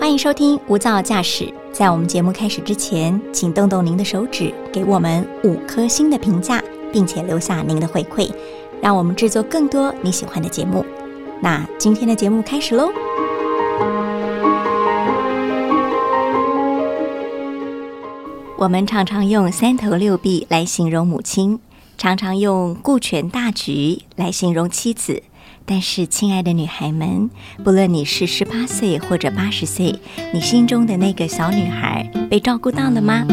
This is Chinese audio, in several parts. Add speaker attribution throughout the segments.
Speaker 1: 欢迎收听《无噪驾驶》。在我们节目开始之前，请动动您的手指，给我们五颗星的评价，并且留下您的回馈，让我们制作更多你喜欢的节目。那今天的节目开始喽！我们常常用三头六臂来形容母亲，常常用顾全大局来形容妻子。但是，亲爱的女孩们，不论你是十八岁或者八十岁，你心中的那个小女孩被照顾到了吗？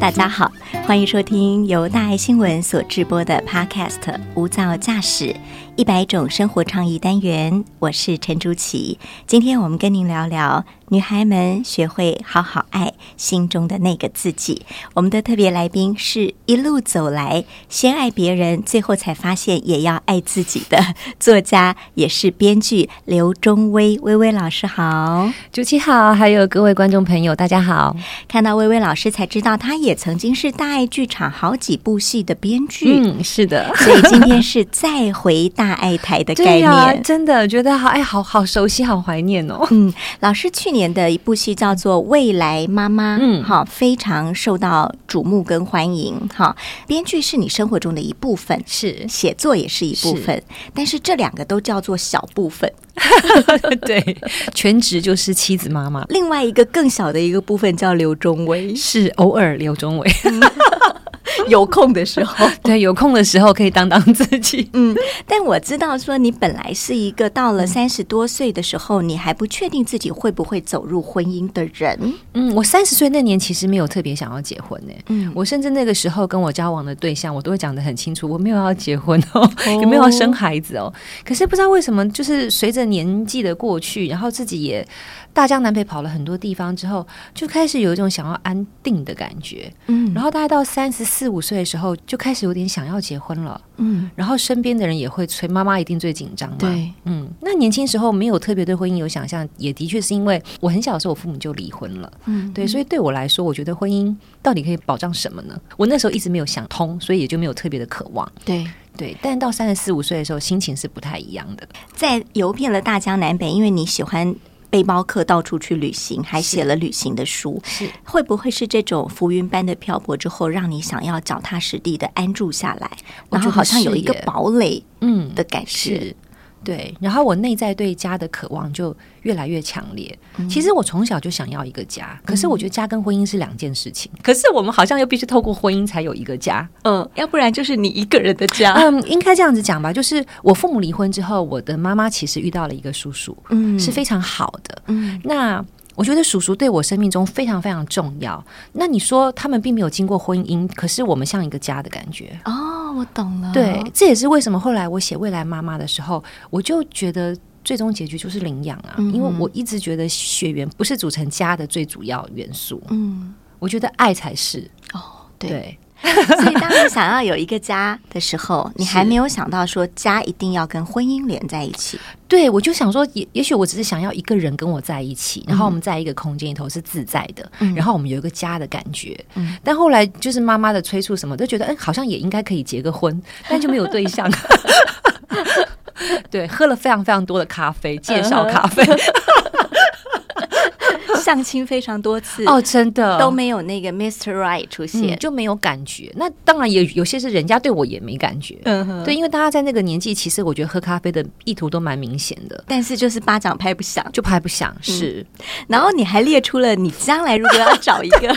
Speaker 1: 大家好，欢迎收听由大爱新闻所制播的 Podcast《无噪驾驶一百种生活创意单元》，我是陈竹琪。今天我们跟您聊聊女孩们学会好好爱心中的那个自己。我们的特别来宾是一路走来先爱别人，最后才发现也要爱自己的作家，也是编剧刘中威。薇薇老师好。
Speaker 2: 主持好，还有各位观众朋友，大家好。
Speaker 1: 看到薇薇老师才知道，她也曾经是大爱剧场好几部戏的编剧，
Speaker 2: 嗯，是的，
Speaker 1: 所以今天是再回大爱台的概
Speaker 2: 对
Speaker 1: 念。
Speaker 2: 呀、 真的觉得好，哎，好好熟悉，好怀念哦。
Speaker 1: 嗯，老师去年的一部戏叫做《未来妈妈》，
Speaker 2: 嗯
Speaker 1: 好，非常受到瞩目跟欢迎。哈，编剧是你生活中的一部分，
Speaker 2: 是
Speaker 1: 写作也是一部分，但是这两个都叫做小部分。
Speaker 2: 对，全职就是妻子妈妈，
Speaker 1: 另外一个更小的一个部分叫刘中威，
Speaker 2: 是偶尔刘忠伟，
Speaker 1: 有空的时 候。
Speaker 2: 对，有空的时候可以当当自己。
Speaker 1: 嗯，但我知道说你本来是一个到了三十多岁的时候，你还不确定自己会不会走入婚姻的人。
Speaker 2: 嗯，我三十岁那年其实没有特别想要结婚呢、
Speaker 1: 嗯
Speaker 2: 我甚至那个时候跟我交往的对象，我都会讲得很清楚，我没有要结婚哦，也没有要生孩子哦。可是不知道为什么，就是随着年纪的过去，然后自己也大江南北跑了很多地方之后，就开始有一种想要安定的感觉。
Speaker 1: 嗯
Speaker 2: 然后大概到三十四五岁的时候，就开始有点想要结婚了。
Speaker 1: 嗯，
Speaker 2: 然后身边的人也会催，妈妈一定最紧张嘛。
Speaker 1: 对，
Speaker 2: 嗯，那年轻时候没有特别对婚姻有想象，也的确是因为我很小的时候我父母就离婚了。
Speaker 1: 嗯，
Speaker 2: 对，所以对我来说，我觉得婚姻到底可以保障什么呢？我那时候一直没有想通，所以也就没有特别的渴望。
Speaker 1: 对。
Speaker 2: 对，但到三十四五岁的时候，心情是不太一样的。
Speaker 1: 在游遍了大江南北，因为你喜欢背包客到处去旅行，还
Speaker 2: 是
Speaker 1: 写了旅行的书，
Speaker 2: 是
Speaker 1: 会不会是这种浮云般的漂泊之后，让你想要脚踏实地的安住下来，
Speaker 2: 我
Speaker 1: 然
Speaker 2: 觉
Speaker 1: 后
Speaker 2: 得
Speaker 1: 好像有
Speaker 2: 是
Speaker 1: 一个
Speaker 2: 耶
Speaker 1: 堡垒
Speaker 2: 嗯，
Speaker 1: 的感觉？
Speaker 2: 是，对。然后我内在对家的渴望就越来越强烈。其实我从小就想要一个家，可是我觉得家跟婚姻是两件事情。可是我们好像又必须透过婚姻才有一个家。
Speaker 1: 嗯，要不然就是你一个人的家。
Speaker 2: 嗯，应该这样子讲吧，就是我父母离婚之后，我的妈妈其实遇到了一个叔叔，
Speaker 1: 嗯
Speaker 2: 是非常好的。
Speaker 1: 嗯
Speaker 2: 那我觉得叔叔对我生命中非常非常重要。那你说他们并没有经过婚姻，可是我们像一个家的感觉。
Speaker 1: 哦，我懂了。
Speaker 2: 对，这也是为什么后来我写《未来妈妈》的时候，我就觉得最终结局就是领养啊，
Speaker 1: 嗯哼
Speaker 2: 因为我一直觉得血缘不是组成家的最主要元素，
Speaker 1: 嗯，
Speaker 2: 我觉得爱才是。
Speaker 1: 哦，对。
Speaker 2: 对，
Speaker 1: 所以，当你想要有一个家的时候，你还没有想到说家一定要跟婚姻连在一起。
Speaker 2: 对我就想说，也也许我只是想要一个人跟我在一起，然后我们在一个空间里头是自在的，然后我们有一个家的感觉。
Speaker 1: 嗯
Speaker 2: 但后来就是妈妈的催促什么，都觉得嗯，好像也应该可以结个婚，但就没有对象。 对，喝了非常非常多的咖啡，介绍咖啡、
Speaker 1: 相亲非常多次
Speaker 2: 哦，真的
Speaker 1: 都没有那个 Mr. Right 出
Speaker 2: 嗯
Speaker 1: 现。
Speaker 2: 就没有感觉。那当然也有些是人家对我也没感觉，
Speaker 1: 嗯哼，
Speaker 2: 对，因为大家在那个年纪，其实我觉得喝咖啡的意图都蛮明显的，
Speaker 1: 但是就是巴掌拍不响。
Speaker 2: 就拍不响。是，
Speaker 1: 然后你还列出了你将来如果要找一 个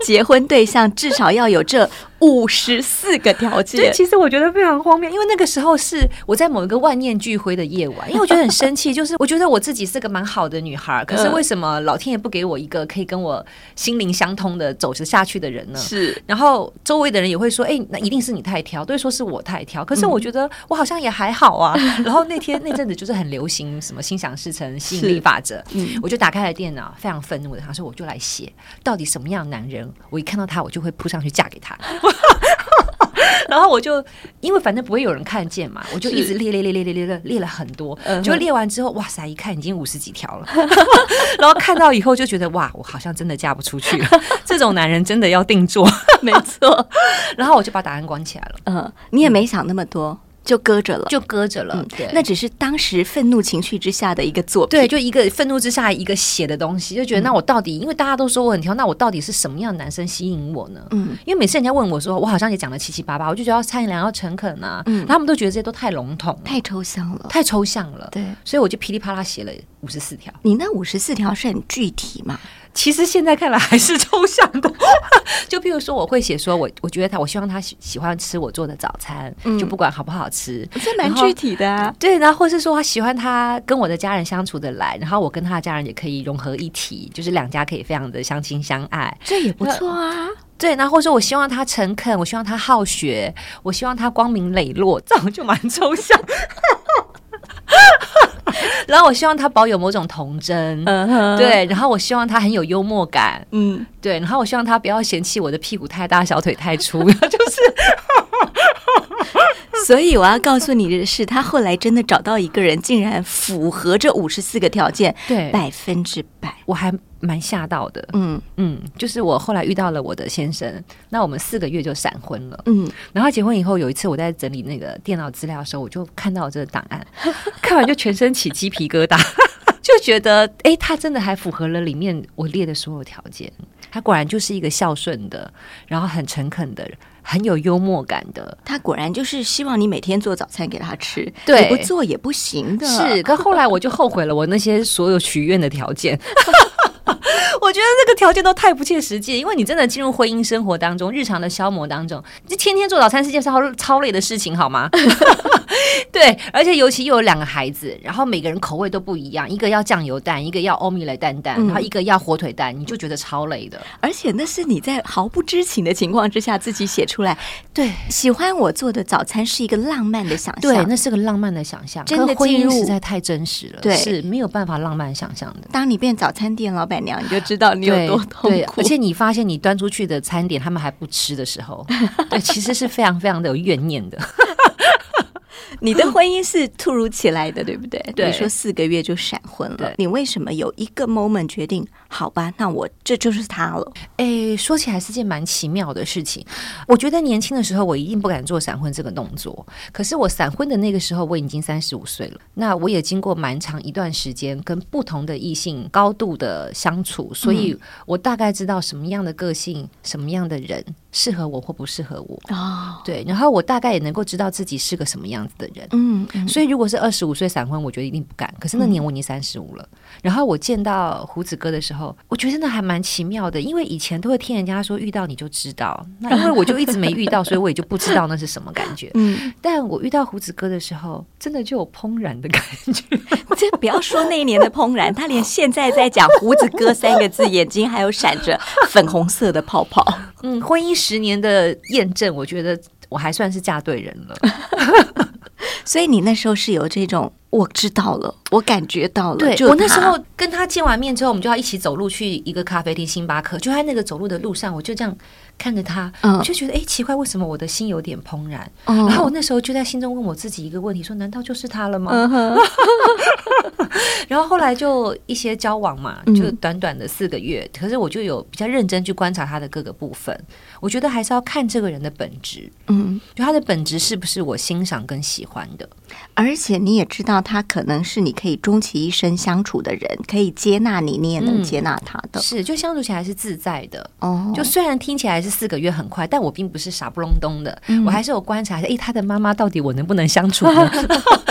Speaker 1: 结婚对象，至少要有这五十四个条
Speaker 2: 对，
Speaker 1: 件。
Speaker 2: 其实我觉得非常荒谬，因为那个时候是我在某一个万念俱灰的夜晚，因为我觉得很生气，就是我觉得我自己是个蛮好的女孩，可是
Speaker 1: 嗯
Speaker 2: 为什么老天爷不给我一个可以跟我心灵相通的走着下去的人呢？
Speaker 1: 是，
Speaker 2: 然后周围的人也会说：“哎、那一定是你太挑。”都会说是我太挑。可
Speaker 1: 嗯
Speaker 2: 是我觉得我好像也还好啊。 然后那天那阵子就是很流行什么心想事成、吸引力法则，
Speaker 1: 嗯
Speaker 2: 我就打开了电脑，非常愤怒的想说：“我就来写，到底什么样的男人，我一看到他我就会扑上去嫁给 他。” 然后我就因为反正不会有人看见嘛，我就一直列列列列列列列列了很多
Speaker 1: 嗯，哼
Speaker 2: 就列完之后，哇塞，一看已经五十几条了。 然后看到以后就觉得哇，我好像真的嫁不出去了，这种男人真的要定做。
Speaker 1: 没错，
Speaker 2: 然后我就把答案关起来了，
Speaker 1: 嗯，你也没想那么多，就搁着了。
Speaker 2: 就搁着了。
Speaker 1: 嗯
Speaker 2: 对，
Speaker 1: 那只是当时愤怒情绪之下的一个作品。
Speaker 2: 对，就一个愤怒之下一个写的东西，就觉
Speaker 1: 嗯
Speaker 2: 得那我到底，因为大家都说我很挑，那我到底是什么样的男生吸引我呢？
Speaker 1: 嗯，
Speaker 2: 因为每次人家问我说，我好像也讲的七七八八，我就觉得要善良、要诚恳啊，
Speaker 1: 嗯
Speaker 2: 然后他们都觉得这些都太笼统了、
Speaker 1: 太抽象了。
Speaker 2: 太抽象了，
Speaker 1: 对
Speaker 2: 所以我就噼里啪啦写了五十四条。
Speaker 1: 你那五十四条是很具体嘛？
Speaker 2: 其实现在看来还是抽象的， 就譬如说，我会写说我我觉得他，我希望他喜喜欢吃我做的早餐，
Speaker 1: 嗯
Speaker 2: 就不管好不好吃。
Speaker 1: 这
Speaker 2: 蛮
Speaker 1: 蛮
Speaker 2: 具
Speaker 1: 具体的啊。
Speaker 2: 对，然后或是说他喜欢他跟我的家人相处的来，然后我跟他的家人也可以融合一体，就是两家可以非常的相亲相爱。
Speaker 1: 这也不错啊，
Speaker 2: 对，然后或者说我希望他诚恳，我希望他好学，我希望他光明磊落，这种就蛮抽象。 然后我希望他保有某种童真，
Speaker 1: 嗯哼，
Speaker 2: 对，然后我希望他很有幽默感，
Speaker 1: 嗯，
Speaker 2: 对，然后我希望他不要嫌弃我的屁股太大，小腿太粗， 就是
Speaker 1: 所以我要告诉你的是，他后来真的找到一个人，竟然符合这五十四个条件，
Speaker 2: 对
Speaker 1: 百分之百。
Speaker 2: 我还蛮吓到的。
Speaker 1: 嗯
Speaker 2: 嗯，就是我后来遇到了我的先生，那我们四个月就闪婚了。
Speaker 1: 嗯，
Speaker 2: 然后结婚以后，有一次我在整理那个电脑资料的时候，我就看到这个档案， 看完就全身起鸡皮疙瘩， 就觉得诶，他真的还符合了里面我列的所有条件。他果然就是一个孝顺的，然后很诚恳的，很有幽默感的，
Speaker 1: 他果然就是希望你每天做早餐给他吃，
Speaker 2: 对
Speaker 1: 你不做也不行的。
Speaker 2: 是，，可后来我就后悔了，我那些所有许愿的条件。 我觉得这个条件都太不切实际，因为你真的进入婚姻生活当中，日常的消磨当中，你就天天做早餐是件超超累的事情，好吗？ 对，而且尤其又有两个孩子，然后每个人口味都不一样，一个要酱油蛋，一个要欧米雷蛋蛋，
Speaker 1: 嗯
Speaker 2: 然后一个要火腿蛋，你就觉得超累的。
Speaker 1: 而且那是你在毫不知情的情况之下自己写出来。
Speaker 2: 对
Speaker 1: 喜欢我做的早餐是一个浪漫的想象，
Speaker 2: 对，那是个浪漫的想象，
Speaker 1: 真的
Speaker 2: 可婚
Speaker 1: 进
Speaker 2: 姻
Speaker 1: 入
Speaker 2: 实在太真实了，
Speaker 1: 对
Speaker 2: 是没有办法浪漫想象的。
Speaker 1: 当你变早餐店老板娘，你就知道你有
Speaker 2: 对
Speaker 1: 多痛
Speaker 2: 对，
Speaker 1: 苦。
Speaker 2: 而且你发现你端出去的餐点他们还不吃的时 候，对，其实是非常非常的有怨念 的。
Speaker 1: 你的婚姻是突如其来的，对不对？
Speaker 2: 对
Speaker 1: 你说四个月就闪婚了
Speaker 2: 对，
Speaker 1: 你为什么有一个 moment 决定？好吧，那我这就是他了。
Speaker 2: 诶，哎说起来是件蛮奇妙的事情。我觉得年轻的时候我一定不敢做闪婚这个动作，可是我闪婚的那个时候我已经三十五岁了，那我也经过蛮长一段时间跟不同的异性高度的相处，所以我大概知道什么样的个性、什么样的人适合我或不适合我。
Speaker 1: 哦，
Speaker 2: 对，然后我大概也能够知道自己是个什么样子的人。
Speaker 1: 嗯嗯
Speaker 2: 所以如果是二十五岁闪婚，我觉得一定不敢。可是那年我已经三十五了，然后我见到胡子哥的时候，我觉得那还蛮奇妙的，因为以前都会听人家说遇到你就知道，那因为我就一直没 遇到，所以我也就不知道那是什么感觉。
Speaker 1: 嗯，
Speaker 2: 但我遇到胡子哥的时候，真的就有怦然的感觉。
Speaker 1: 这不要说那一年的怦然，他连现在在讲“胡子哥”三个字，眼睛还有闪着粉红色的泡 泡。
Speaker 2: 嗯，婚姻十年的验证，我觉得我还算是嫁对人了。
Speaker 1: 所以你那时候是有这种，我知道了，我感觉到了。就
Speaker 2: 我那
Speaker 1: 他
Speaker 2: 时候跟他见完面之后，我们就要一起走路去一个咖啡厅星巴克。就在那个走路的路上，我就这样看着他，
Speaker 1: 嗯
Speaker 2: 我就觉得哎、诶奇怪，为什么我的心有点怦然？
Speaker 1: 嗯
Speaker 2: 然后我那时候就在心中问我自己一个问题：说难道就是他了吗？
Speaker 1: 嗯哼，
Speaker 2: 然后后来就一些交往嘛，
Speaker 1: 嗯
Speaker 2: 就短短的四个月，可是我就有比较认真去观察他的各个部分。我觉得还是要看这个人的本质，
Speaker 1: 嗯，
Speaker 2: 就他的本质是不是我欣赏跟喜欢的。
Speaker 1: 而且你也知道，他可能是你可以终其一生相处的人，可以接纳你，你也能
Speaker 2: 嗯
Speaker 1: 接纳他的。
Speaker 2: 是，就相处起来是自在的。
Speaker 1: 哦，
Speaker 2: 就虽然听起来是四个月很快，但我并不是傻不隆咚的，
Speaker 1: 嗯
Speaker 2: 我还是有观察一下，诶，他的妈妈到底我能不能相处呢？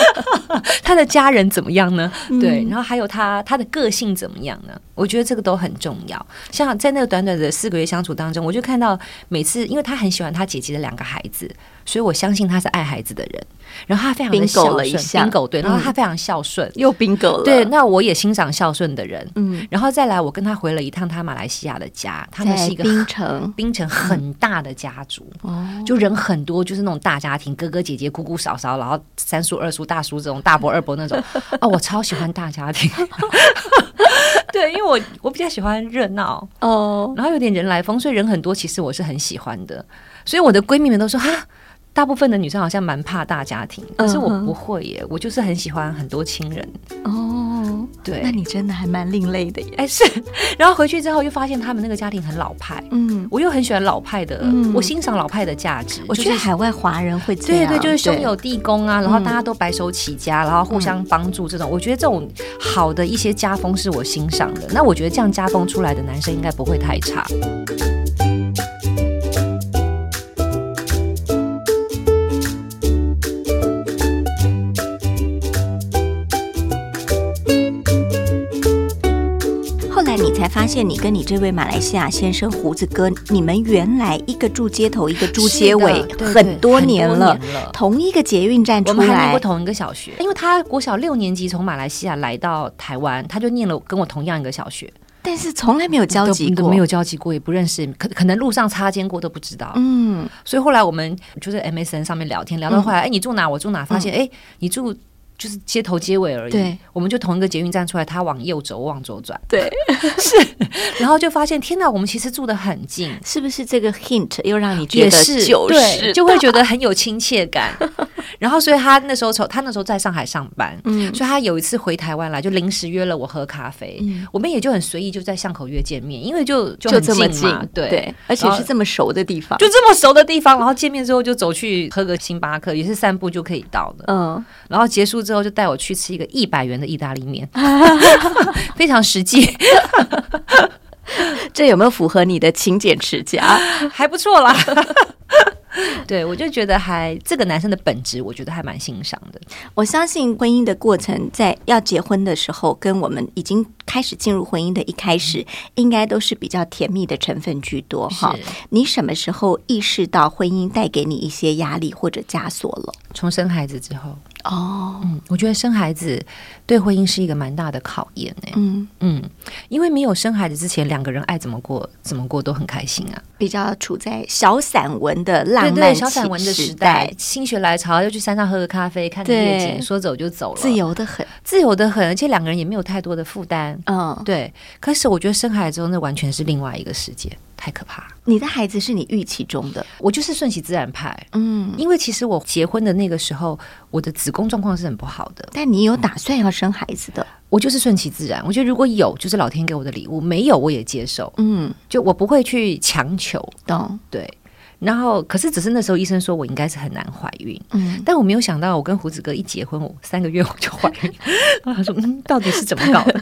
Speaker 2: 他的家人怎么样呢？
Speaker 1: 嗯
Speaker 2: 对，然后还有他他的个性怎么样呢？我觉得这个都很重要。像在那个短短的四个月相处当中，我就看到每次，因为他很喜欢他姐姐的两个孩子，所以我相信他是爱孩子的人。然后他非常的
Speaker 1: Bingo
Speaker 2: 孝顺
Speaker 1: 了一下
Speaker 2: ，bingo 对，然后
Speaker 1: 嗯
Speaker 2: 他非常孝顺，
Speaker 1: 又 bingo 了。
Speaker 2: 对，那我也欣赏孝顺的人。
Speaker 1: 嗯，
Speaker 2: 然后再来，我跟他回了一趟他马来西亚的家，他们
Speaker 1: 在
Speaker 2: 是一个
Speaker 1: 槟城
Speaker 2: 槟城很大的家族，
Speaker 1: 哦，
Speaker 2: 就人很多，就是那种大家庭，哥哥姐姐、姑姑嫂嫂，然后三叔、二叔、大叔这种，大伯、二伯 那种。哦，我超喜欢大家庭， 对，因为我我比较喜欢热闹，
Speaker 1: 哦，
Speaker 2: 然后有点人来疯，所以人很多，其实我是很喜欢的。所以我的闺蜜们都说哈。大部分的女生好像蛮怕大家庭，可是我
Speaker 1: 嗯哼
Speaker 2: 不会耶，我就是很喜欢很多亲人。
Speaker 1: 哦，哦，
Speaker 2: 对
Speaker 1: 那你真的还蛮另类的耶。
Speaker 2: 哎是， 然后回去之后又发现他们那个家庭很老派，
Speaker 1: 嗯，
Speaker 2: 我又很喜欢老派的，
Speaker 1: 嗯
Speaker 2: 我欣赏老派的价值。
Speaker 1: 我
Speaker 2: 就是
Speaker 1: 觉得海外华人会这
Speaker 2: 对
Speaker 1: 样，
Speaker 2: 对，就是兄友弟恭啊，然后
Speaker 1: 啊嗯
Speaker 2: 大家都白手起家，然后互相帮助这种，我觉得这种好的一些家风是我欣赏的。那我觉得这样家风出来的男生应该不会太差。
Speaker 1: 后来你才发现，你跟你这位马来西亚先生胡子哥，你们原来一个住街头，一个住街尾
Speaker 2: 是的，对
Speaker 1: 很多
Speaker 2: 对
Speaker 1: 年了
Speaker 2: 很，多
Speaker 1: 同一个捷运站出
Speaker 2: 我们还念
Speaker 1: 来
Speaker 2: 过，同一个小学，因为他国小六年级从马来西亚来到台湾，他就念了跟我同样一个小学，
Speaker 1: 但是从来没有交
Speaker 2: 都嗯
Speaker 1: 集
Speaker 2: 都
Speaker 1: 过，
Speaker 2: 没有。交集过，也不认识，可可能路上擦肩过都不知道。
Speaker 1: 嗯，
Speaker 2: 所以后来我们就是 MSN 上面聊天，聊到后来，哎、你住哪？我住哪？发现，哎、你住就是街头街尾而已。
Speaker 1: 嗯对，
Speaker 2: 我们就同一个捷运站出来，他往右走，我往 左转，
Speaker 1: 对，
Speaker 2: 然后就发现，天哪，我们其实住得很近。
Speaker 1: 是不是这个 hint 又让你觉
Speaker 2: 也
Speaker 1: 得
Speaker 2: 是
Speaker 1: 就
Speaker 2: 对，
Speaker 1: 是
Speaker 2: 就会觉得很有亲切感。 然后，所以他那时候从他那时候在上海上班，
Speaker 1: 嗯
Speaker 2: 所以他有一次回台湾来，就临时约了我喝咖啡。
Speaker 1: 嗯
Speaker 2: 我们也就很随意，就在巷口约见面，因为就就
Speaker 1: 就
Speaker 2: 很
Speaker 1: 这么近
Speaker 2: 嘛，，对
Speaker 1: 对，而且是这么熟的地方，
Speaker 2: 就这么熟的地方，然后见面之后就走去喝个星巴克，也是散步就可以到的。
Speaker 1: 嗯，
Speaker 2: 然后结束之后就带我去吃一个一百元的意大利 面，非常实际，
Speaker 1: 这有没有符合你的勤俭持家？
Speaker 2: 还不错啦。 对，我就觉得还这个男生的本质，我觉得还蛮欣赏的。
Speaker 1: 我相信婚姻的过程，在要结婚的时候，跟我们已经开始进入婚姻的一开始，应该都是比较甜蜜的成分居多哈
Speaker 2: 是。
Speaker 1: 你什么时候意识到婚姻带给你一些压力或者枷锁了？
Speaker 2: 从生孩子之后，
Speaker 1: 哦，
Speaker 2: 嗯，我觉得生孩子对婚姻是一个蛮大的考验诶、
Speaker 1: 嗯，
Speaker 2: 嗯，因为没有生孩子之前，两个人爱怎么过怎么过都很开心啊。
Speaker 1: 比较处在小散文的浪
Speaker 2: 对
Speaker 1: 漫
Speaker 2: 对，
Speaker 1: 期
Speaker 2: 小散文的
Speaker 1: 时
Speaker 2: 时代，，心血来潮要去山上喝个咖啡，看个夜
Speaker 1: 对
Speaker 2: 景，说走就走了，
Speaker 1: 自由的很。
Speaker 2: 自由的很，而且两个人也没有太多的负担。
Speaker 1: 嗯，
Speaker 2: 对，可是我觉得生孩子之后，那完全是另外一个世界，太可怕了。
Speaker 1: 你的孩子是你预期中的，
Speaker 2: 我就是顺其自然派，
Speaker 1: 嗯，
Speaker 2: 因为其实我结婚的那个时候，我的子宫状况是很不好的。
Speaker 1: 但你有打算要生孩子的，
Speaker 2: 我就是顺其自然，我觉得如果有，就是老天给我的礼物；没有，我也接受，
Speaker 1: 嗯，
Speaker 2: 就我不会去强求。
Speaker 1: 懂，
Speaker 2: 对，然后可是只是那时候医生说我应该是很难怀孕，
Speaker 1: 嗯，
Speaker 2: 但我没有想到，我跟胡子哥一结婚，我三个月我就怀 孕。我想说，嗯，到底是怎么搞的？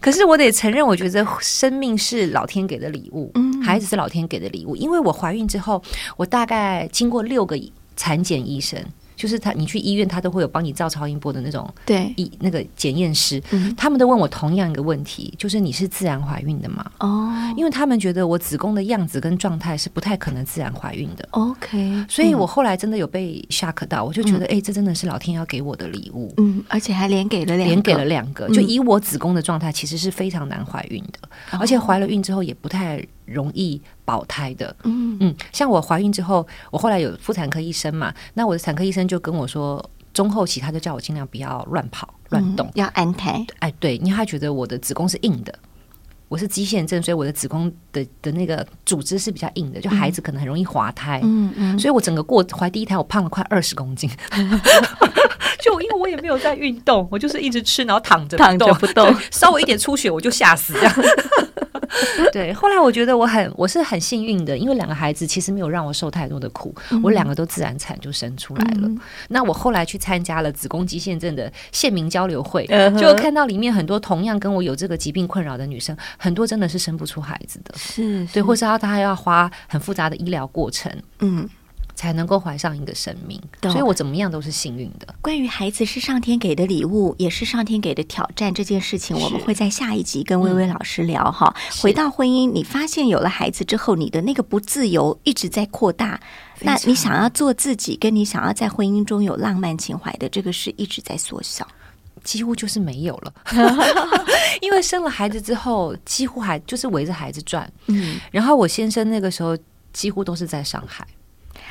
Speaker 2: 可是我得承认，我觉得生命是老天给的礼物，
Speaker 1: 嗯
Speaker 2: 孩子是老天给的礼物。因为我怀孕之后，我大概经过六个产检医生，就是他，你去医院，他都会有帮你照超音波的那种
Speaker 1: 对，
Speaker 2: 医那个检验师，
Speaker 1: 嗯，
Speaker 2: 他们都问我同样一个问题，就是你是自然怀孕的吗？
Speaker 1: 哦
Speaker 2: 因为他们觉得我子宫的样子跟状态是不太可能自然怀孕的。
Speaker 1: ，OK，
Speaker 2: 所以我后来真的有被 shock 到，我就觉得，哎、这真的是老天要给我的礼物。
Speaker 1: 嗯，而且还连给了两个，
Speaker 2: 连给了两个，
Speaker 1: 嗯
Speaker 2: 就以我子宫的状态，其实是非常难怀孕的，哦而且怀了孕之后也不太容易保胎的。
Speaker 1: 嗯
Speaker 2: 嗯，像我怀孕之后，我后来有妇产科医生嘛，那我的产科医生就跟我说，中后期他就叫我尽量不要乱跑乱动
Speaker 1: 嗯。要安胎，
Speaker 2: 哎，对，因为他觉得我的子宫是硬的，我是肌腺症，所以我的子宫的的那个组织是比较硬的，就孩子可能很容易滑胎。
Speaker 1: 嗯嗯，
Speaker 2: 所以我整个过怀第一胎，我胖了快二十 公斤，就因为我也没有在运动，我就是一直吃，然后躺着
Speaker 1: 躺着不动
Speaker 2: 对 稍微一点出血我就吓死这样。 对，后来我觉得我很我是很幸运的，因为两个孩子其实没有让我受太多的苦，我两个都自然产就生出来
Speaker 1: 嗯
Speaker 2: 了。那我后来去参加了子宫肌腺症的县民交流会，
Speaker 1: 嗯哼
Speaker 2: 就看到里面很多同样跟我有这个疾病困扰的女生，很多真的是生不出孩子的，
Speaker 1: 是，
Speaker 2: 对，
Speaker 1: 是
Speaker 2: 或是要她要花很复杂的医疗过程。
Speaker 1: 嗯，
Speaker 2: 才能够怀上一个生命，
Speaker 1: 懂
Speaker 2: 所以我怎么样都是幸运的。
Speaker 1: 关于孩子是上天给的礼物，也是上天给的挑战这件事情，我们会在下一集跟薇
Speaker 2: 嗯
Speaker 1: 薇老师聊哈。回到婚姻，你发现有了孩子之后，你的那个不自由一直在扩大，那你想要做自己，跟你想要在婚姻中有浪漫情怀的这个是一直在缩小。
Speaker 2: 几乎就是没有 了，因为生了孩子之后，几乎还就是围着孩子转。
Speaker 1: 嗯，
Speaker 2: 然后我先生那个时候几乎都是在上海，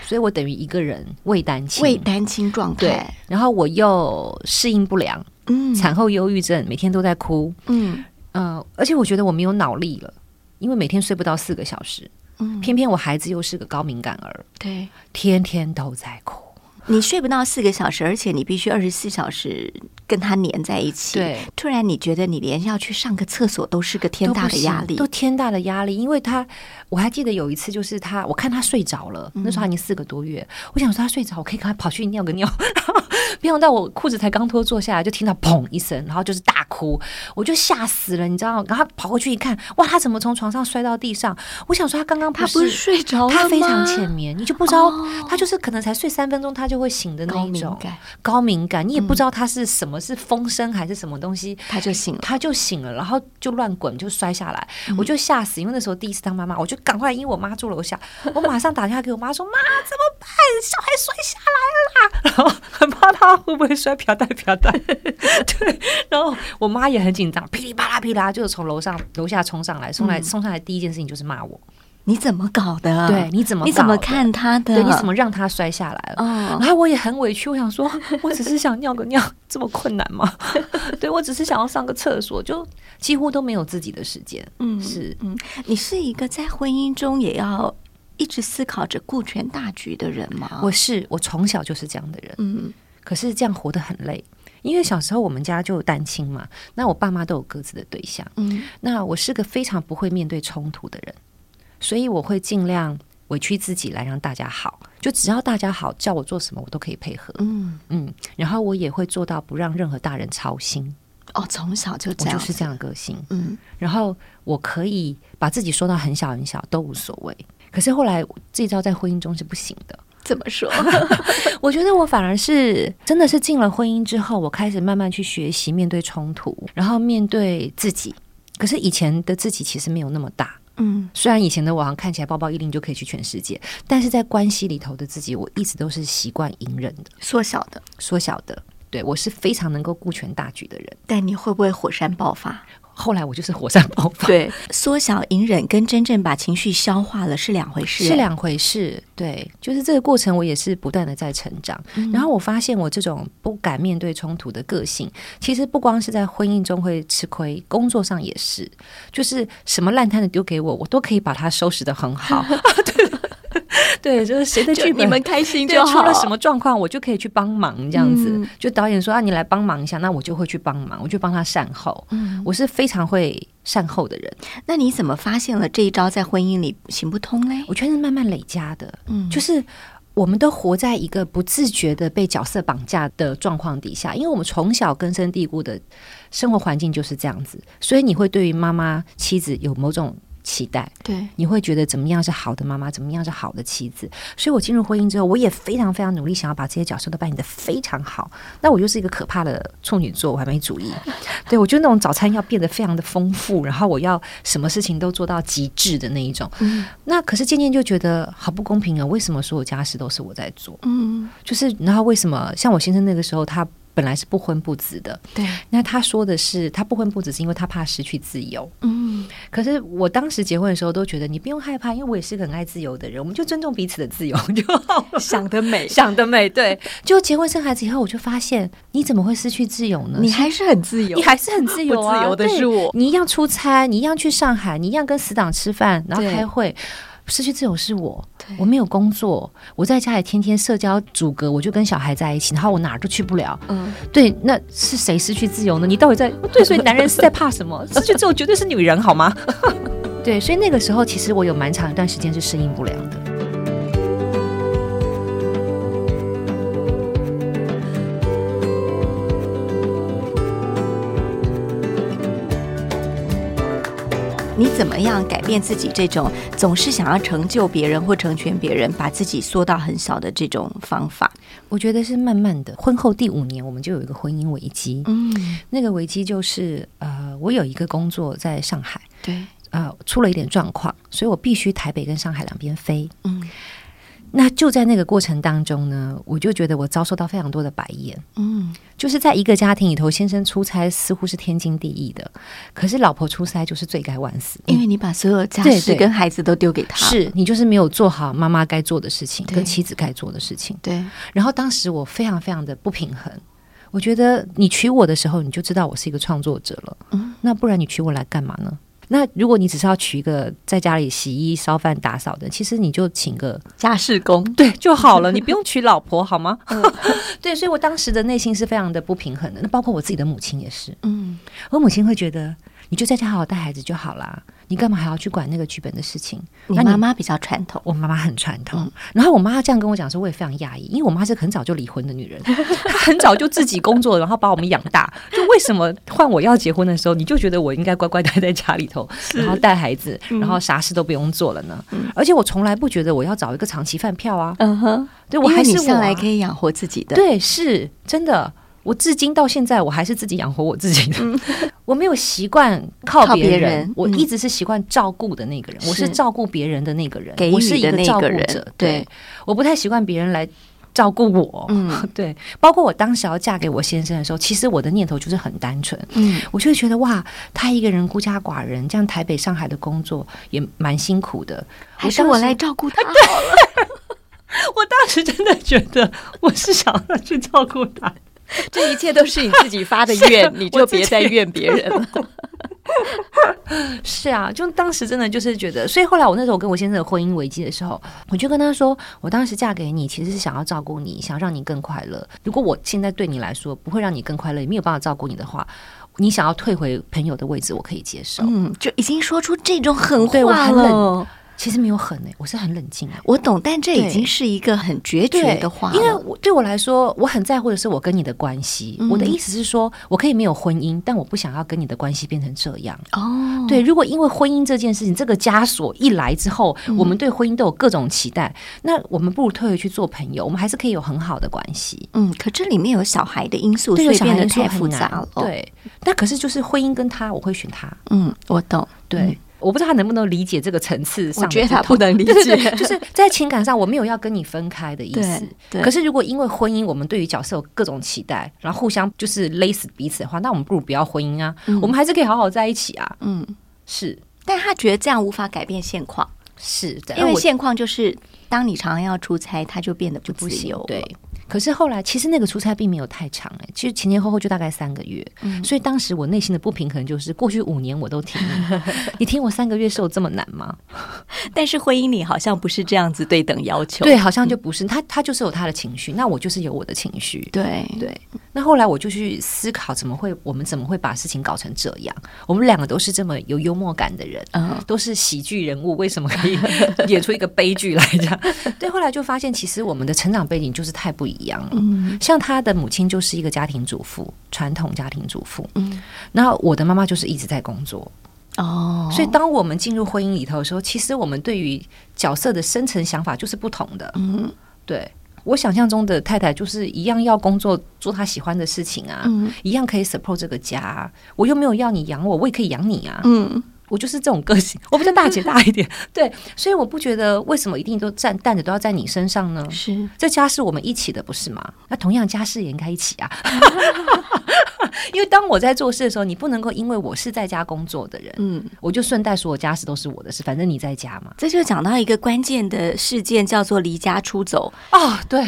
Speaker 2: 所以我等于一个人未单亲。
Speaker 1: 为单亲状
Speaker 2: 对
Speaker 1: 态，，
Speaker 2: 然后我又适应不良，
Speaker 1: 嗯
Speaker 2: 产后忧郁症，每天都在哭。
Speaker 1: 嗯
Speaker 2: 嗯，而且我觉得我没有脑力了，因为每天睡不到四个小时。
Speaker 1: 嗯，
Speaker 2: 偏偏我孩子又是个高敏感儿，
Speaker 1: 对，
Speaker 2: 天天都在哭。
Speaker 1: 你睡不到四个小时，而且你必须二十四小时跟他黏在一起。
Speaker 2: 对，
Speaker 1: 突然你觉得你连要去上个厕所都是个天大的压力
Speaker 2: 都不行都。天大的压力。因为他，我还记得有一次，就是他，我看他睡着了，
Speaker 1: 嗯
Speaker 2: 那时候他已经四个多月，我想说他睡着，我可以赶快跑去尿个 尿，然后没想到我裤子才刚脱，坐下来就听到砰一声，然后就是大哭，我就吓死了，你知道？然后跑过去一看，哇，他怎么从床上摔到地上？我想说他刚刚
Speaker 1: 他不是睡着了吗？哦
Speaker 2: 他非常浅眠，你就不知道、他就是可能才睡三分钟，他就会醒的那
Speaker 1: 高
Speaker 2: 一
Speaker 1: 敏
Speaker 2: 种
Speaker 1: 感，
Speaker 2: 高敏感，你也不知道他是什么、是风声还是什么东西，
Speaker 1: 嗯他就醒了。嗯
Speaker 2: 他就醒了，然后就乱滚就摔下来，我就吓死，因为那时候第一次当妈妈，我就赶快因为我妈住楼 下，我马上打电话给我妈说：“妈，怎么办？小孩摔下来了啦！”然后很怕他会不会摔瓢带瓢 带，对，然后我妈也很紧张，噼里啪啦噼里啪啦就是从楼上楼下冲上来，冲
Speaker 1: 嗯
Speaker 2: 来冲上来第一件事情就是骂我，
Speaker 1: 你怎么搞的？
Speaker 2: 对，你怎么
Speaker 1: 你怎么
Speaker 2: 搞的
Speaker 1: 看他的？
Speaker 2: 对，你怎么让他摔下来了？
Speaker 1: 哦
Speaker 2: 然后我也很委屈，我想说， 我只是想尿个尿，这么困难吗？ 对我只是想要上个厕所，就几乎都没有自己的时间。
Speaker 1: 嗯
Speaker 2: 是
Speaker 1: 嗯，你是一个在婚姻中也要一直思考着顾全大局的人吗？
Speaker 2: 我是我从小就是这样的人，
Speaker 1: 嗯
Speaker 2: 可是这样活得很累。因为小时候我们家就有单亲嘛，那我爸妈都有各自的对象，
Speaker 1: 嗯
Speaker 2: 那我是个非常不会面对冲突的人，所以我会尽量委屈自己来让大家好。就只要大家好，叫我做什么我都可以配合，
Speaker 1: 嗯，
Speaker 2: 嗯，然后我也会做到不让任何大人操心，
Speaker 1: 哦，从小就
Speaker 2: 我
Speaker 1: 这样，
Speaker 2: 就是这样的个性。
Speaker 1: 嗯
Speaker 2: 然后我可以把自己说到很小很小都无所谓。可是后来这招在婚姻中是不行的，
Speaker 1: 怎么说？
Speaker 2: 我觉得我反而是真的是进了婚姻之后，我开始慢慢去学习面对冲突，然后面对自己。可是以前的自己其实没有那么大，
Speaker 1: 嗯
Speaker 2: 虽然以前的我好像看起来包包一拎就可以去全世界，但是在关系里头的自己，我一直都是习惯隐忍的、
Speaker 1: 缩小的，
Speaker 2: 缩小的。对我是非常能够顾全大局的人。
Speaker 1: 但你会不会火山爆发？
Speaker 2: 后来我就是火山爆发，
Speaker 1: 对，缩小隐忍跟真正把情绪消化了是两回 事，
Speaker 2: 是两回事，对，就是这个过程，我也是不断的在成长。然后我发现，我这种不敢面对冲突的个性，其实不光是在婚姻中会吃亏，工作上也是，就是什么烂摊子丢给我，我都可以把它收拾的很 好。对，对，就是谁的
Speaker 1: 就
Speaker 2: 剧
Speaker 1: 你
Speaker 2: 本
Speaker 1: 们开心
Speaker 2: 对，
Speaker 1: 就
Speaker 2: 出
Speaker 1: 好。
Speaker 2: 了什么状况，我就可以去帮忙，这样子。
Speaker 1: 嗯
Speaker 2: 就导演说啊，你来帮忙一下，那我就会去帮忙，我就帮他善后。
Speaker 1: 嗯
Speaker 2: 我是非常会善后的人。
Speaker 1: 那你怎么发现了这一招在婚姻里行不通嘞？
Speaker 2: 我觉得是慢慢累加的，
Speaker 1: 嗯
Speaker 2: 就是。我们都活在一个不自觉的被角色绑架的状况底下，因为我们从小根深蒂固的生活环境就是这样子，所以你会对于妈妈、妻子有某种期待，
Speaker 1: 对，
Speaker 2: 你会觉得怎么样是好的妈妈，怎么样是好的妻子。所以我进入婚姻之后，我也非常非常努力，想要把这些角色都扮演的非常好。那我就是一个可怕的处女座，我还没主义。对我就那种早餐要变得非常的丰富，然后我要什么事情都做到极致的那一种。
Speaker 1: 嗯
Speaker 2: 那可是渐渐就觉得好不公平啊！为什么所有家事都是我在做？
Speaker 1: 嗯，
Speaker 2: 就是然后为什么像我先生那个时候他。本来是不婚不子的，
Speaker 1: 对，
Speaker 2: 那他说的是他不婚不子是因为他怕失去自由，
Speaker 1: 嗯
Speaker 2: 可是我当时结婚的时候都觉得你不用害怕，因为我也是个很爱自由的人，我们就尊重彼此的自由 就好了。
Speaker 1: 想得美
Speaker 2: 想得美，对。就结婚生孩子以后，我就发现你怎么会失去自由呢？
Speaker 1: 你还是很自由
Speaker 2: 你，还是很自由 啊，
Speaker 1: 不自由的
Speaker 2: 对
Speaker 1: 是我
Speaker 2: 你一样出差，你一样去上海，你一样跟死党吃饭，然后
Speaker 1: 对
Speaker 2: 开会。失去自由是我
Speaker 1: 对，
Speaker 2: 我没有工作，我在家里天天社交阻隔，我就跟小孩在一起，然后我哪儿都去不了。
Speaker 1: 嗯，
Speaker 2: 对，那是谁失去自由呢？你到底在哦对？所以男人是在怕什 么？失去自由绝对是女人，好吗？ 对，所以那个时候其实我有蛮长一段时间是适应不良的。
Speaker 1: 你怎么样改变自己这种总是想要成就别人或成全别人，把自己缩到很小的这种方法？
Speaker 2: 我觉得是慢慢的，婚后第五年我们就有一个婚姻危机。
Speaker 1: 嗯，
Speaker 2: 那个危机就是，呃，我有一个工作在上海，
Speaker 1: 对，
Speaker 2: 呃，出了一点状况，所以我必须台北跟上海两边飞。
Speaker 1: 嗯
Speaker 2: 那就在那个过程当中呢，我就觉得我遭受到非常多的白眼。
Speaker 1: 嗯
Speaker 2: 就是在一个家庭里头，先生出差似乎是天经地义的，可是老婆出差就是罪该万死。
Speaker 1: 因为你把所有家
Speaker 2: 对
Speaker 1: 事
Speaker 2: 对
Speaker 1: 跟孩子都丢给他，
Speaker 2: 是你就是没有做好妈妈该做的事情，
Speaker 1: 对
Speaker 2: 跟妻子该做的事情。
Speaker 1: 对，
Speaker 2: 然后当时我非常非常的不平衡，我觉得你娶我的时候你就知道我是一个创作者了，
Speaker 1: 嗯
Speaker 2: 那不然你娶我来干嘛呢？那如果你只是要娶一个在家里洗衣、烧饭、打扫的，其实你就请个
Speaker 1: 家事工，
Speaker 2: 对就好了，你不用娶老婆好吗？
Speaker 1: 嗯
Speaker 2: 对，所以我当时的内心是非常的不平衡的。那包括我自己的母亲也是，
Speaker 1: 嗯，
Speaker 2: 我母亲会觉得你就在家好好带孩子就好啦，你干嘛还要去管那个剧本的事情？
Speaker 1: 你
Speaker 2: 那你
Speaker 1: 妈嗯妈比较传统，
Speaker 2: 我妈妈很传统，然后我妈这样跟我讲说，我也非常讶异，因为我妈是很早就离婚的女人， 她很早就自己工作，然后把我们养大。就为什么换我要结婚的时候，你就觉得我应该乖乖待在家里头，然后带孩子，
Speaker 1: 嗯
Speaker 2: 然后啥事都不用做了呢？而且我从来不觉得我要找一个长期饭票啊，
Speaker 1: 嗯哼，
Speaker 2: 对我还
Speaker 1: 因为
Speaker 2: 是
Speaker 1: 你
Speaker 2: 我、
Speaker 1: 向来
Speaker 2: 啊，
Speaker 1: 可以养活自己的，
Speaker 2: 对，是真的。我至今到现在，我还是自己养活我自己的。 我没有习惯靠
Speaker 1: 嗯靠
Speaker 2: 别
Speaker 1: 别
Speaker 2: 人，
Speaker 1: 人
Speaker 2: 我
Speaker 1: 嗯
Speaker 2: 一直是习惯照顾的那个人，我是
Speaker 1: 是
Speaker 2: 照顾别人的那个人，
Speaker 1: 给
Speaker 2: 我
Speaker 1: 予
Speaker 2: 是一
Speaker 1: 的那
Speaker 2: 照
Speaker 1: 个
Speaker 2: 顾
Speaker 1: 人
Speaker 2: 者。
Speaker 1: 对
Speaker 2: 对，我不太习惯别人来照顾我。
Speaker 1: 嗯
Speaker 2: 对，包括我当时要嫁给我先生的时候，其实我的念头就是很单纯，
Speaker 1: 嗯，
Speaker 2: 我就会觉得哇，他一个人孤家寡人，这样台北、上海的工作也蛮辛苦的。
Speaker 1: 还啊是
Speaker 2: 当
Speaker 1: 哎我
Speaker 2: 时
Speaker 1: 来照顾他，
Speaker 2: 我当时真的觉得我是想要去照顾他，
Speaker 1: 这一切都 是你自己发的
Speaker 2: 是
Speaker 1: 愿
Speaker 2: 啊，
Speaker 1: 你
Speaker 2: 我
Speaker 1: 就
Speaker 2: 自己
Speaker 1: 别再怨别人了。
Speaker 2: 是啊，就当时真的就是觉得，所以后来我那时候跟我先生的婚姻危机的时候，我就跟他说，我当时嫁给你其实是想要照顾你，想让你更快乐。如果我现在对你来说不会让你更快乐，也没有办法照顾你的话，你想要退回朋友的位置，我可以接受。
Speaker 1: 嗯，就已经说出这种狠
Speaker 2: 对我
Speaker 1: 话
Speaker 2: 很
Speaker 1: 了
Speaker 2: 冷。其实没有很呢、欸我是很冷静的、
Speaker 1: 我懂，但这已
Speaker 2: 对
Speaker 1: 经是一个很决绝
Speaker 2: 对
Speaker 1: 的话了。
Speaker 2: 因为我对我来说，我很在乎的是我跟你的关系。我的意思是说，我可以没有婚姻，但我不想要跟你的关系变成这样。
Speaker 1: 哦，
Speaker 2: 对，如果因为婚姻这件事情，这个枷锁一来之后，
Speaker 1: 嗯
Speaker 2: 我们对婚姻都有各种期待，那我们不如退回去做朋友，我们还是可以有很好的关系。
Speaker 1: 嗯，可这里面有小孩的因素，所
Speaker 2: 对，
Speaker 1: 以
Speaker 2: 小
Speaker 1: 变
Speaker 2: 孩
Speaker 1: 得
Speaker 2: 因素
Speaker 1: 太
Speaker 2: 很
Speaker 1: 复
Speaker 2: 难
Speaker 1: 杂了。，
Speaker 2: 对，但可是就是婚姻跟他，我会选他。
Speaker 1: 嗯，我懂。
Speaker 2: 对，我不知道他能不能理解这个层次上
Speaker 1: 我
Speaker 2: 的
Speaker 1: 觉得
Speaker 2: 不
Speaker 1: 他不
Speaker 2: 同
Speaker 1: 能理
Speaker 2: 对对
Speaker 1: 解
Speaker 2: 对，就是在情感上，我没有要跟你分开的意思
Speaker 1: 对。对
Speaker 2: 可是如果因为婚姻，我们对于角色有各种期待，然后互相就是勒死彼此的话，那我们不如不要婚姻啊，我们还是可以好好在一起啊。
Speaker 1: 嗯，
Speaker 2: 是
Speaker 1: 但他觉得这样无法改变现况，
Speaker 2: 是，对
Speaker 1: 因为
Speaker 2: 我
Speaker 1: 现况就是当你常常要出差，他就变得不自由了。
Speaker 2: 对，可是后来其实那个出差并没有太长哎、其实前前后后就大概三个月，
Speaker 1: 嗯
Speaker 2: 所以当时我内心的不平衡就是过去五年我都停了， 你停我三个月是有这么难吗？
Speaker 1: 但是婚姻里好像不是这样子对等要求。
Speaker 2: 对，好像就不是他，他就是有他的情绪，那我就是有我的情绪。
Speaker 1: 对
Speaker 2: 对，那后来我就去思考，怎么会我们怎么会把事情搞成这样？我们两个都是这么有幽默感的人，
Speaker 1: 嗯
Speaker 2: 都是喜剧人物，为什么可以 演出一个悲剧来这样？对，后来就发现其实我们的成长背景就是太不一样了。
Speaker 1: 嗯
Speaker 2: 像他的母亲就是一个家庭主妇，传统家庭主妇，
Speaker 1: 嗯，
Speaker 2: 那我的妈妈就是一直在工作，
Speaker 1: 哦，
Speaker 2: 所以当我们进入婚姻里头的时候，其实我们对于角色的深层想法就是不同的。
Speaker 1: 嗯
Speaker 2: 对我想象中的太太就是一样要工作，做她喜欢的事情啊，
Speaker 1: 嗯
Speaker 2: 一样可以 support 这个家啊。我又没有要你养我，我也可以养你啊。
Speaker 1: 嗯
Speaker 2: 我就是这种个性，我比较大姐大 一点，对，所以我不觉得为什么一定都站担子都要在你身上呢？
Speaker 1: 是
Speaker 2: 这家是我们一起的，不是吗？那同样家事也应该一起啊。 因为当我在做事的时候，你不能够因为我是在家工作的人，
Speaker 1: 嗯，
Speaker 2: 我就顺带所有家事都是我的事，反正你在家嘛。
Speaker 1: 这就讲到一个关键的事件，叫做离家出走。
Speaker 2: 哦，对。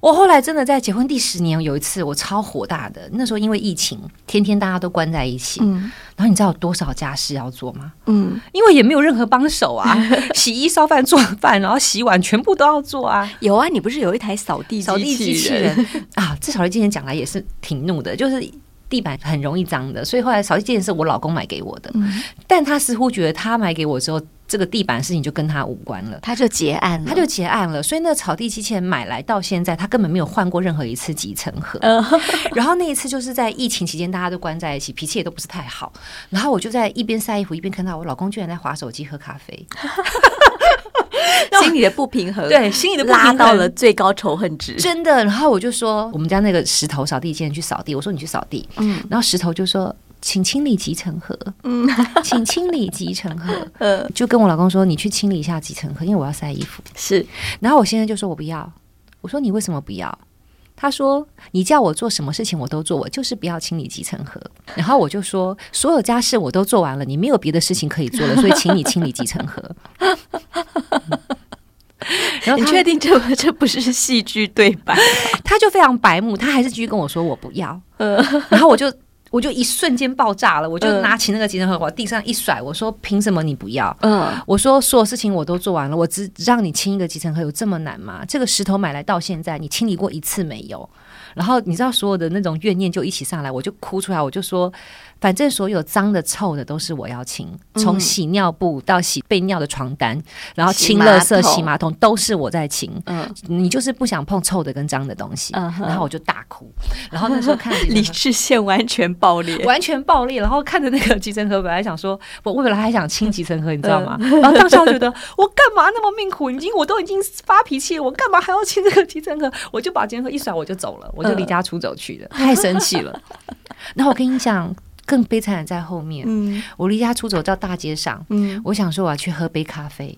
Speaker 2: 我后来真的在结婚第十年，有一次我超火大的。那时候因为疫情，天天大家都关在一起，
Speaker 1: 嗯
Speaker 2: 然后你知道有多少家事要做吗？
Speaker 1: 嗯，
Speaker 2: 因为也没有任何帮手啊，洗衣、烧饭、做饭，然后洗碗，全部都要做啊。
Speaker 1: 有啊，你不是有一台扫地
Speaker 2: 扫地机
Speaker 1: 机
Speaker 2: 器人 啊，这扫地机器人讲来也是挺怒的，就是地板很容易脏的，所以后来扫地机器人是我老公买给我的，但他似乎觉得他买给我之后，这个地板的事情就跟他无关了。
Speaker 1: 他就结案了，
Speaker 2: 他就结案了，所以那个草地机器人买来到现在，他根本没有换过任何一次集成盒。
Speaker 1: 嗯
Speaker 2: 然后那一次就是在疫情期间，大家都关在一起，脾气也都不是太好。然后我就在一边晒衣服，一边看到我老公居然在划手机喝咖啡，
Speaker 1: 心里的不平衡，
Speaker 2: 对，心里的不平
Speaker 1: 拉
Speaker 2: 衡
Speaker 1: 到了最高仇恨值。
Speaker 2: 真的。然后我就说，我们家那个石头扫地机器人去扫地，我说你去扫地，
Speaker 1: 嗯
Speaker 2: 然后石头就说。请清理集成盒，
Speaker 1: 嗯，
Speaker 2: 请清理集成 盒。
Speaker 1: 呃，
Speaker 2: 就跟我老公说，你去清理一下集成盒，因为我要晒衣服。
Speaker 1: 是
Speaker 2: 然后我先生就说我不要，我说你为什么不要？他说：“你叫我做什么事情我都做，我就是不要清理集成盒。” 然后我就说：“所有家事我都做完了，你没有别的事情可以做了，所以请你清理集成盒。 嗯 然后
Speaker 1: 你
Speaker 2: 他
Speaker 1: 确定这不这不是戏剧对白？
Speaker 2: 他就非常白目，他还是继续跟我说我不要。
Speaker 1: 呃，
Speaker 2: 然后我就我就一瞬间爆炸了，我就
Speaker 3: 嗯
Speaker 2: 拿起那个急诊盒往地上一甩，我说：“凭什么你不要？”
Speaker 3: 嗯，
Speaker 2: 我说所有事情我都做完了，我只只让你清一个集成盒有这么难吗？这个石头买来到现在，你清理过一次没有？然后你知道所有的那种怨念就一起上来，我就哭出来，我就说，反正所有脏的、臭的都是我要清，
Speaker 3: 嗯
Speaker 2: 从洗尿布到洗被尿的床单，然后清垃圾、
Speaker 3: 洗马桶
Speaker 2: 洗马桶都是我在清。
Speaker 3: 嗯
Speaker 2: 你就是不想碰臭的跟脏的东西，
Speaker 3: 嗯哼
Speaker 2: 然后我就大哭。然后那时候看
Speaker 3: 理智线完全爆裂，
Speaker 2: 完全暴力，然后看着那个集成盒，本来想说，我未来还想清集成盒，你知道吗？然后当时我觉得，我干嘛那么命苦？已经我都已经发脾气了，我干嘛还要清这个集成盒？我就把集成盒一甩，我就走了，我就离家出走去了，太生气了。然后我跟你讲，更悲惨的在后面，
Speaker 3: 嗯
Speaker 2: 我离家出走到大街上，
Speaker 3: 嗯，
Speaker 2: 我想说我要去喝杯咖啡，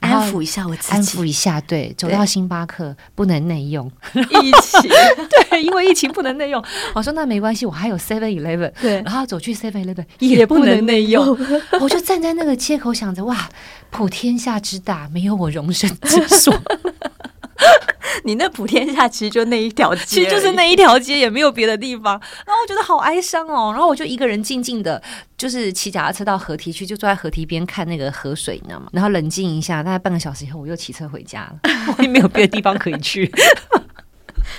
Speaker 2: 然后
Speaker 1: 安抚一下我自
Speaker 2: 安
Speaker 1: 己
Speaker 2: 抚。一下，对，走到星巴克不能内用，
Speaker 3: 一 起
Speaker 2: 因为疫情不能内用。 我说那没关系，我还有 Seven Eleven。
Speaker 3: 对
Speaker 2: 然后走去 Seven Eleven
Speaker 3: 也不能内 用，
Speaker 2: 我就站在那个街口想着，哇，普天下之大，没有我容身之 所。
Speaker 3: 你那普天下其实就那一条 街，
Speaker 2: 其实就是那一条街，也没有别的地方。然后我觉得好哀伤哦，然后我就一个人静静的，就是骑脚踏车到河堤去，就坐在河堤边看那个河水，你知道吗？然后冷静一下，大概半个小时以后，我又骑车回家了， 我也没有别的地方可以去。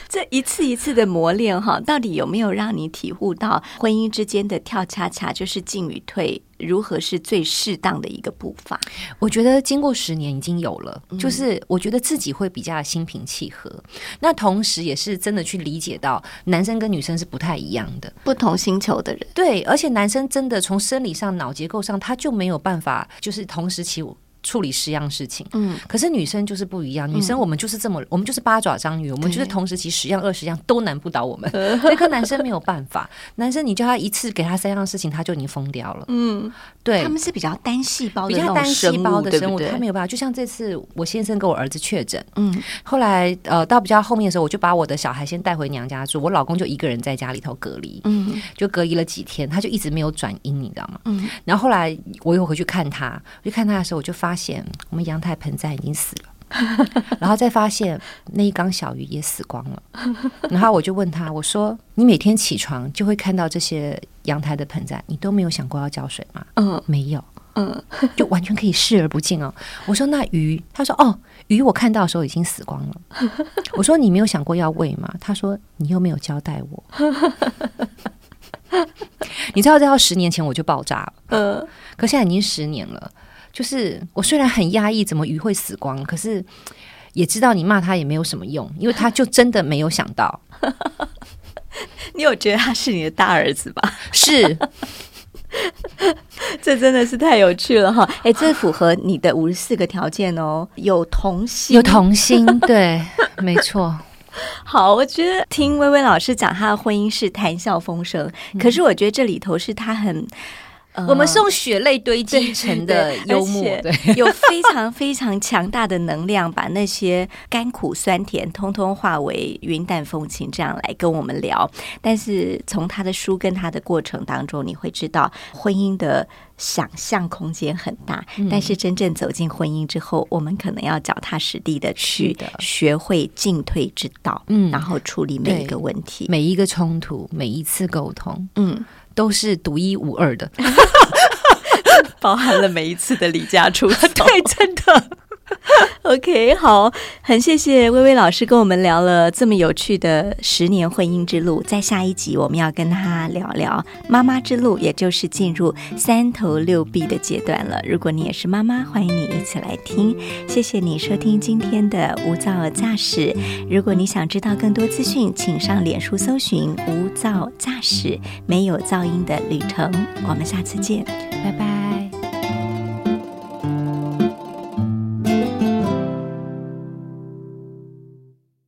Speaker 1: 这一次一次的磨练哈，到底有没有让你体悟到婚姻之间的跳恰恰，就是进与退，如何是最适当的一个步伐？
Speaker 2: 我觉得经过十年已经有了，就是我觉得自己会比较心平气和，那同时也是真的去理解到男生跟女生是不太一样的。
Speaker 1: 不同星球的人，
Speaker 2: 对，而且男生真的从生理上、脑结构上，他就没有办法，就是同时期处理十样事情。
Speaker 1: 嗯，
Speaker 2: 可是女生就是不一样，女生我们就是这么，我们就是八爪章鱼，我们就是同时期十样、二十样都难不倒我们。所以跟男生没有办法，男生你叫他一次给他三样事情，他就已经疯掉了。
Speaker 3: 嗯，
Speaker 2: 对
Speaker 1: 他，们是比较单细胞
Speaker 2: 比
Speaker 1: 哦的那
Speaker 2: 较
Speaker 1: 种
Speaker 2: 单细胞的
Speaker 1: 生
Speaker 2: 生
Speaker 1: 物
Speaker 2: 物，
Speaker 1: 对
Speaker 2: 他
Speaker 1: 不
Speaker 2: 没
Speaker 1: 对？
Speaker 2: 有办法。就像这次我先生跟我儿子确诊，
Speaker 1: 嗯，
Speaker 2: 后来呃到比较后面的时候，我就把我的小孩先带回娘家住，我老公就一个人在家里头隔离，
Speaker 1: 嗯
Speaker 2: 就隔离了几天，他就一直没有转阴，你知道吗？
Speaker 1: 嗯，
Speaker 2: 然后后来我又回去看他，我去看他的时候，我就发现我们阳台盆栽已经死 了，然后再发现那一缸小鱼也死光了。然后我就问他，我说：“你每天起床就会看到这些阳台的盆栽，你都没有想过要浇水吗？”
Speaker 3: 嗯，
Speaker 2: 没有。
Speaker 3: 嗯，
Speaker 2: 就完全可以视而不见哦。我说那鱼，他说哦，鱼我看到的时候已经死光了。我说你没有想过要喂吗？他说你又没有交代我。你知道，这要十年前我就爆炸了，
Speaker 3: 呃，
Speaker 2: 可现在已经十年了。就是我虽然很压抑，怎么鱼会死光，可是也知道你骂他也没有什么用，因为他就真的没有想 到，
Speaker 3: 你有觉得他是你的大儿子吧？
Speaker 2: 是
Speaker 3: 这真的是太有趣了哈！
Speaker 1: 哎，这符合你的五十四个条件哦，有同性，
Speaker 2: 有童心，对，没错，
Speaker 1: 好，我觉得听薇薇老师讲她的婚姻是谈笑风生，可是我觉得这里头是她很，呃
Speaker 2: 嗯我们是用血泪堆积成的
Speaker 1: 对对
Speaker 2: 幽默
Speaker 1: 而且，
Speaker 2: 对。
Speaker 1: 有非常非常强大的能量，把那些甘苦酸甜通通化为云淡风轻，这样来跟我们聊。但是从他的书跟他的过程当中，你会知道婚姻的想象空间很大，
Speaker 3: 嗯
Speaker 1: 但是真正走进婚姻之后，我们可能要脚踏实地的去
Speaker 2: 是的
Speaker 1: 学会进退之道，
Speaker 2: 嗯
Speaker 1: 然后处理每一个问题。
Speaker 2: 每一个冲突，每一次沟通
Speaker 1: 嗯，
Speaker 2: 都是独一无 二的。
Speaker 3: 包含了每一次的离家 出走，
Speaker 2: 对，真的。
Speaker 1: OK，好，很谢谢薇薇老师跟我们聊了这么有趣的十年婚姻之路。在下一集我们要跟她聊聊妈妈之路，也就是进入三头六臂的阶段了。如果你也是妈妈，欢迎你一起来听。谢谢你收听今天的无噪驾驶。如果你想知道更多资讯，请上脸书搜寻“无噪驾驶”，没有噪音的旅程。我们下次见。
Speaker 2: 拜拜。